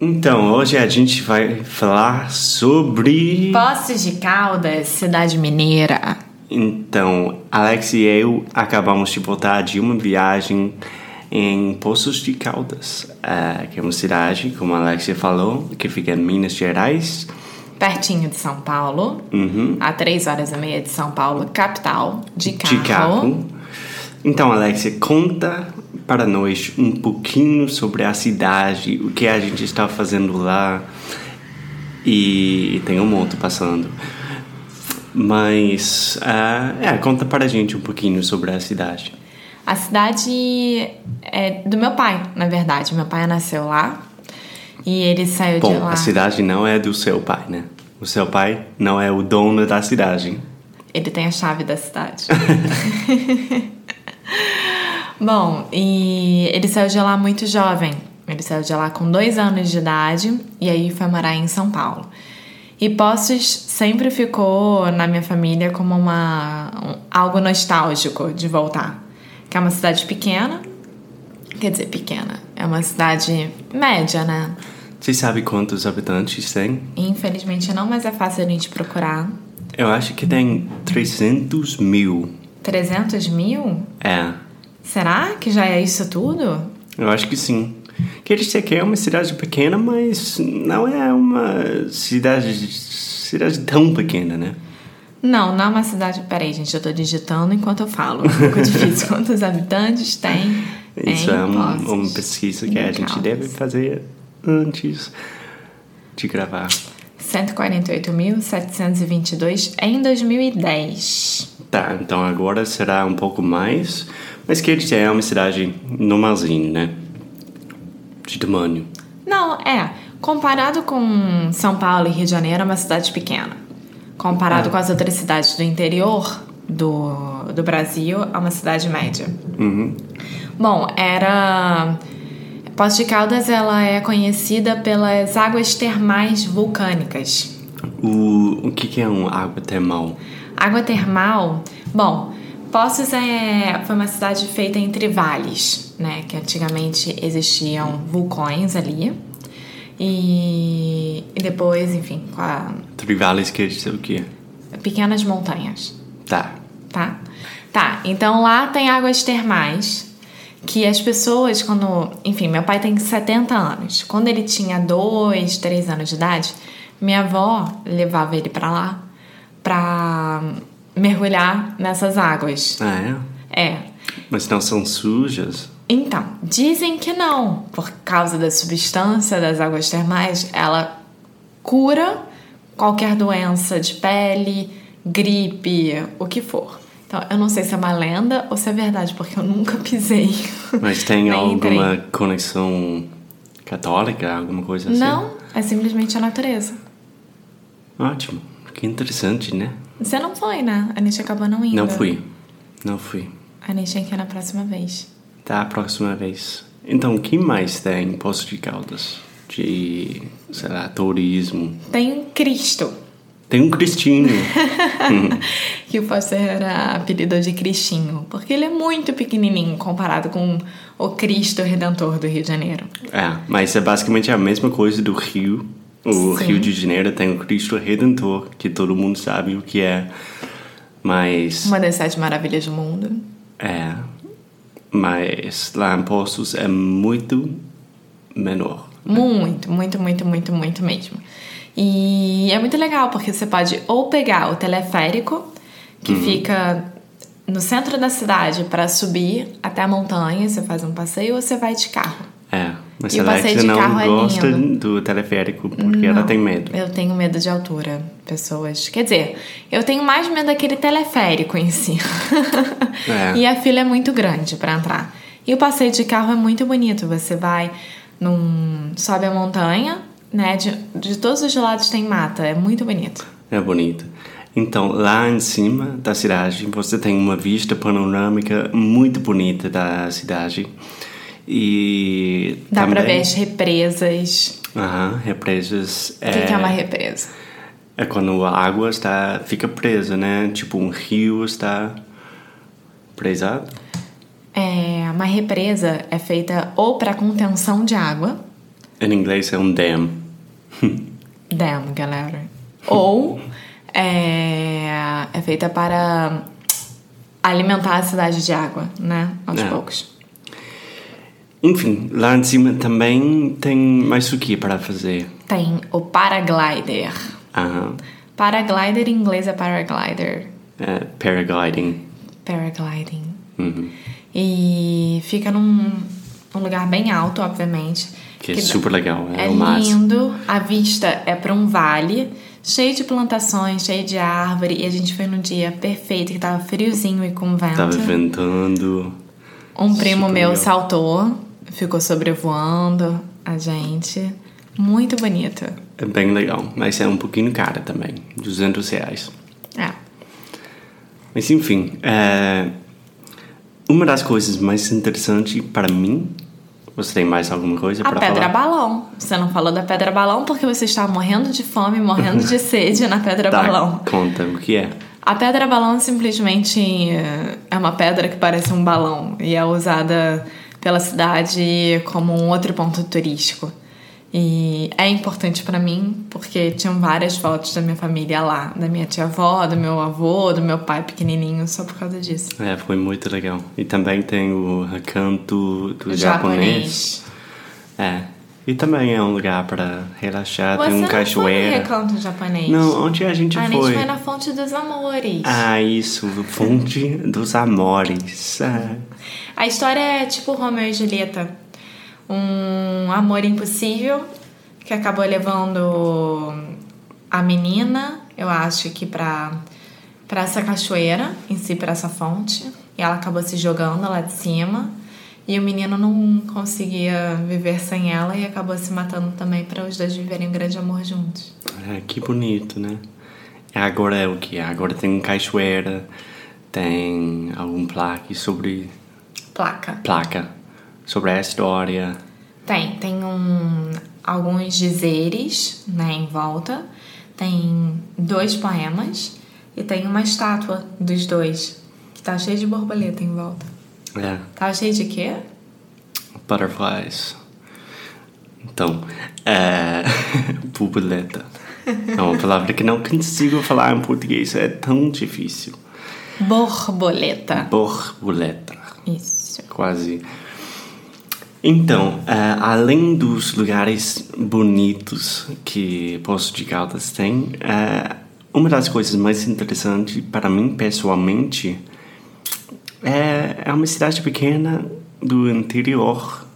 Então, hoje a gente vai falar sobre. Poços de Caldas, cidade mineira. Então, Alex e eu acabamos de voltar de uma viagem em Poços de Caldas, eh, que é uma cidade, como a Alex falou, que fica em Minas Gerais. Pertinho de São Paulo, a três horas e meia de São Paulo, capital, de carro. Uhum. de carro. Então, Alexia, conta para nós um pouquinho sobre a cidade, o que a gente está fazendo lá. E tem um monte passando. Mas, ah, é, conta para a gente um pouquinho sobre a cidade. A cidade é do meu pai, na verdade. Meu pai nasceu lá e ele saiu É de Bom, lá. a cidade não é do seu pai, né? O seu pai não é o dono da cidade. Ele tem a chave da cidade. Bom, e ele saiu de lá muito jovem. Ele saiu de lá com dois anos de idade e aí foi morar em São Paulo. E Poços sempre ficou na minha família como uma um- algo nostálgico de voltar. Que é uma cidade pequena, quer dizer, pequena. É uma cidade média, né? Você sabe quantos habitantes tem? Infelizmente não, mas é fácil a gente procurar. Eu acho que tem 300 mil. 300 mil? É. Será que já é isso tudo? Eu acho que sim. Quericheque é uma cidade pequena, mas não é uma cidade, cidade tão pequena, né? Não, não é uma cidade. Peraí, gente, eu tô digitando enquanto eu falo. É um pouco difícil. Quantos habitantes tem? Isso em é um- Poços uma pesquisa que a de gente Caldas? deve fazer antes de gravar. 148.722 em 2010. Tá, então agora será um pouco mais, mas Quericheque é uma cidade normalzinha, né? De tamanho. Não, é. Comparado com São Paulo e Rio de Janeiro, é uma cidade pequena. Comparado com as outras cidades do interior do, do Brasil, é uma cidade média. Bom, era. Poços de Caldas ela é conhecida pelas águas termais vulcânicas. O, o que, que é um água termal? Água termal, bom, Poços é, foi uma cidade feita entre vales, né? Que antigamente existiam vulcões ali. E, e depois, enfim, com a- Trivales Quericheque é o quê? pequenas montanhas, Tá. tá? Tá, então lá tem águas termais que as pessoas, quando. Enfim, meu pai tem 70 anos. Quando ele tinha 2, 3 anos de idade, minha avó levava ele pra lá pra mergulhar nessas águas. Ah, é? É. Mas não são sujas? Então, dizem que não, por causa da substância das águas termais, ela cura qualquer doença de pele, gripe, o que for. Então, eu não sei se é uma lenda ou se é verdade, porque eu nunca pisei. Mas tem Nem alguma entrei. conexão católica, alguma coisa assim? Não, é simplesmente a natureza. Ótimo. Que interessante, né? Você não foi, né? A gente acabou não indo. Não fui. Não fui. A gente tem que ir é na próxima vez. Tá, a próxima vez. Então, o que mais tem em Poço de Caldas? De, sei lá, turismo. Tem um Cristo, Tem um Cristinho. que o Foster era apelido de Cristinho, porque ele é muito pequenininho comparado com o Cristo Redentor do Rio de Janeiro. é, mas é basicamente a mesma coisa do Rio. O Sim. Rio de Janeiro tem o Cristo Redentor, que todo mundo sabe o que é. Mas... Uma das sete maravilhas do mundo. É, mas lá em Poços é muito menor. Muito, muito, muito, muito, muito mesmo. E é muito legal porque você pode ou pegar o teleférico, que fica no centro da cidade para subir até a montanha, você faz um passeio ou você vai de carro. É, mas E o ela passeio de não carro é gosta lindo. do teleférico porque ela Não, tem medo. Eu tenho medo de altura, pessoas. Quer dizer, eu tenho mais medo daquele teleférico em si. É. E a fila é muito grande pra entrar. E o passeio de carro é muito bonito. Você vai num. sobe a montanha, né? De, de todos os lados tem mata. É muito bonito. É bonito. Então, lá em cima da cidade, você tem uma vista panorâmica muito bonita da cidade. E Dá também, pra ver as represas. Aham, represas. O que, que é uma represa? É quando a água está fica presa, né? Tipo um rio está presado. É, uma represa é feita ou para contenção de água, Em inglês é um dam. Damn, galera. Ou é, é feita para alimentar a cidade de água, né? Aos É. poucos. Enfim, lá em cima também tem mais o que para fazer. Tem o paraglider. Aham. Paraglider em inglês é paraglider. É, paragliding. Paragliding. Uhum. E fica num um lugar bem alto, obviamente. Que é dá- super legal. É, É o máximo. lindo, a vista é para um vale, cheio de plantações, cheio de árvore, e a gente foi num dia perfeito, que tava friozinho e com vento. Tava ventando. Um primo Super meu legal. saltou, ficou sobrevoando a gente. Muito bonito. É bem legal, mas é um pouquinho cara também, 200 reais. É. Mas enfim, é, uma das coisas mais interessantes para mim, você tem mais alguma coisa A para pedra falar? balão. Você não falou da pedra balão porque você estava morrendo de fome, morrendo de sede na pedra Tá, balão. conta o que é. A pedra balão simplesmente eh, é uma pedra que parece um balão e é usada pela cidade como um outro ponto turístico. E é importante pra mim porque tinham várias fotos da minha família lá, da minha tia-avó, do meu avô, do meu pai pequenininho, só por causa disso. É, foi muito legal. E também tem o recanto do japonês. É. E também é um lugar para relaxar, Você tem um não foi no cachoeira. recanto japonês? Não, onde a gente A gente foi? foi na Fonte dos Amores. Ah, isso, Fonte dos Amores. Ah, A história é tipo Romeu e Julieta. Um amor impossível que acabou levando a menina, eu acho que pra, pra essa cachoeira, em si, pra essa fonte. E ela acabou se jogando lá de cima. E o menino não conseguia viver sem ela e acabou se matando também para os dois viverem um grande amor juntos. Ah, que bonito, né? E Agora é o que? Agora tem cachoeira, tem algum plaque sobre Placa. placa, sobre a história. Tem, tem um, alguns dizeres né, em volta, tem dois poemas e tem uma estátua dos dois, que tá cheia de borboleta em volta. É, Tá cheia de quê? butterflies. Então, é. borboleta. É uma palavra que não consigo falar em português, é tão difícil. Borboleta. Borboleta. Isso. Quase. Então, eh, além dos lugares bonitos que Poço de Caldas tem, eh, uma das coisas mais interessantes para mim pessoalmente é, é uma cidade pequena do interior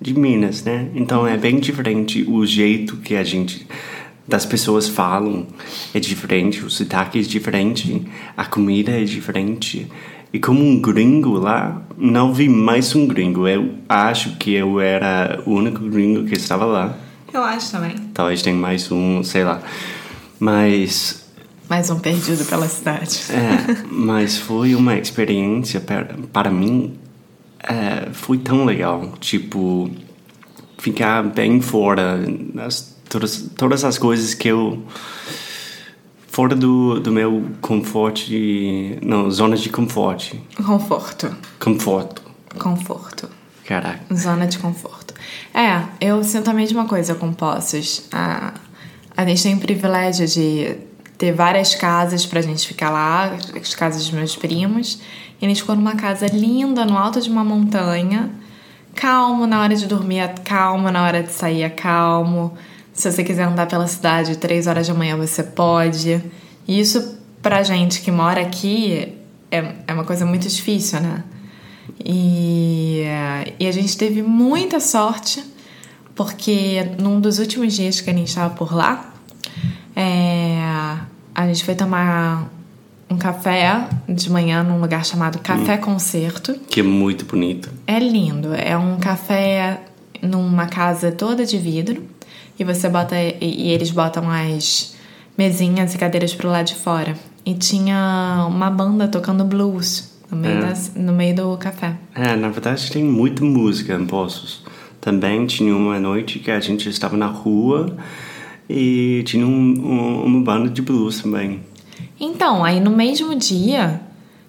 de Minas, né? Então é bem diferente o jeito que a gente das pessoas falam é diferente, o sotaque é diferente, a comida é diferente. E como um gringo lá, não vi mais um gringo. Eu acho que eu era o único gringo que estava lá. Eu acho também. Talvez tenha mais um, sei lá. Mas Mais um perdido pela cidade. é, mas foi uma experiência para, para mim. é, foi tão legal, tipo, ficar bem fora, nas, todas, todas as coisas que eu. fora do, do meu conforto. de- Não, zona de conforto. Conforto. Conforto. Conforto. Caraca. Zona de conforto. É, eu sinto a mesma coisa com Poços. A, a gente tem o privilégio de ter várias casas pra gente ficar lá, as casas dos meus primos. E a gente ficou numa casa linda, no alto de uma montanha. Calmo, na hora de dormir é calmo, na hora de sair é calmo. Se você quiser andar pela cidade três horas da manhã, você pode. E isso pra gente que mora aqui é, é uma coisa muito difícil, né? E, e a gente teve muita sorte, porque num dos últimos dias que a gente estava por lá, é, a gente foi tomar um café de manhã num lugar chamado Café Concerto. Que é muito bonito. É lindo, é um café numa casa toda de vidro e você bota e, e eles botam as mesinhas e cadeiras pro lado de fora. E tinha uma banda tocando blues no meio, É. das- no meio do café. É, na verdade tem muita música em Poços. Também tinha uma noite que a gente estava na rua e tinha um, um- uma banda de blues também. Então, aí no mesmo dia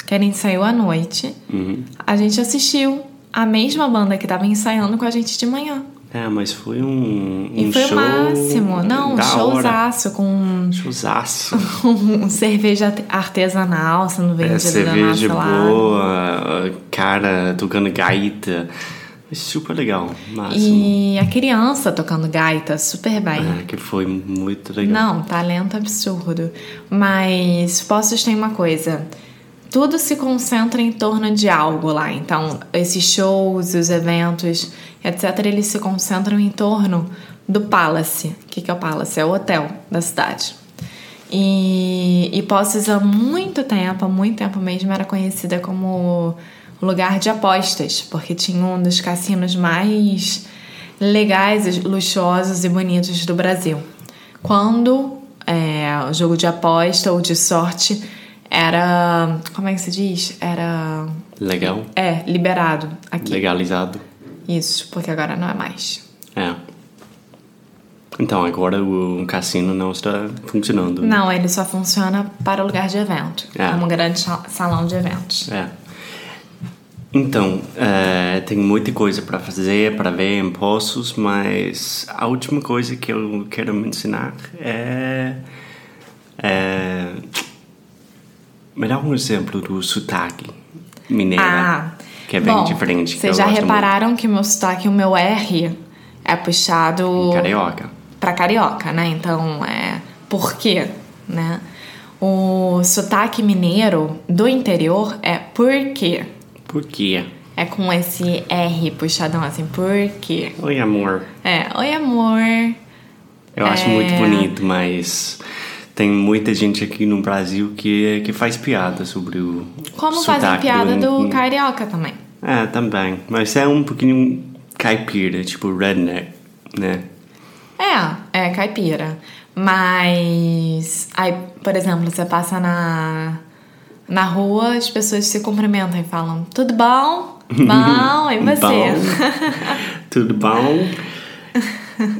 que ela ensaiou à noite, Uhum. a gente assistiu a mesma banda que tava ensaiando com a gente de manhã. É, mas foi um, um E foi show o máximo. Não, um da hora. showzaço com Showzaço. com cerveja artesanal sendo vendida É, cerveja na nossa boa, cara tocando gaita. É super legal, máximo. E a criança tocando gaita super bem. É, que foi muito legal. Não, talento absurdo. Mas Poços tem uma coisa. Tudo se concentra em torno de algo lá. Então, esses shows, os eventos, etc., eles se concentram em torno do Palace. O que, que é o Palace? É o hotel da cidade. E, e Poços há muito tempo, há muito tempo mesmo, era conhecida como lugar de apostas, porque tinha um dos cassinos mais legais, luxuosos e bonitos do Brasil quando é, o jogo de aposta ou de sorte era. Como é que se diz? Era. Legal, É, liberado aqui. legalizado. Isso, porque agora não é mais. É. Então, agora o cassino não está funcionando. né? Não, ele só funciona para lugar de evento É. como um grande sa- salão de eventos. É. Então, é, tem muita coisa para fazer, para ver em Poços, mas a última coisa que eu quero mencionar é. é me dá um exemplo do sotaque mineiro, que é bem Ah, bom, diferente. que eu Vocês já gosto muito. repararam que o meu sotaque, o meu R, é puxado. Carioca. pra carioca, né? Então, é por quê, né? O sotaque mineiro do interior é por quê. Por quê? É com esse R puxadão assim, por quê? Oi, amor. É, oi amor. Eu acho É. muito bonito, mas tem muita gente aqui no Brasil que, que faz piada sobre o. Como fazem sotaque piada do carioca também. É, também. Mas é um pouquinho caipira, tipo redneck, né? É, é caipira. Mas aí, por exemplo, você passa na na rua, as pessoas se cumprimentam e falam: "Tudo bom?" "Bom, e Então. você?" Bom. Tudo bom?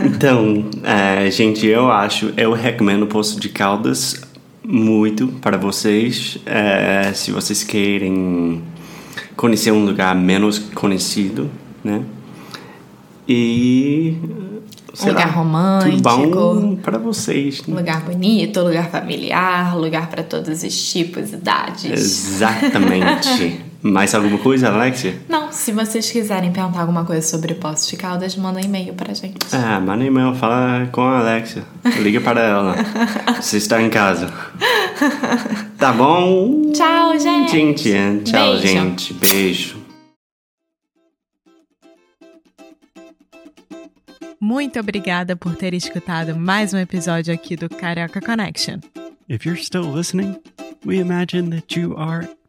Então, é, gente, eu acho, eu recomendo o Poço de Caldas muito para vocês. É, se vocês querem conhecer um lugar menos conhecido, né? E. sei Lugar romântico. Tudo bom para vocês, né? Lugar bonito, lugar familiar, lugar pra todos os tipos, idades. Exatamente. Mais alguma coisa, Alexia? Não, se vocês quiserem perguntar alguma coisa sobre Poços de Caldas, manda um e-mail pra gente. Ah, manda e-mail, fala com a Alexia. Liga para ela. Você está em casa. Tá bom? Tchau, gente! Gente, tchau, Beijo. gente. Beijo. Muito obrigada por ter escutado mais um episódio aqui do Carioca Connection. If you're still listening, we imagine that you are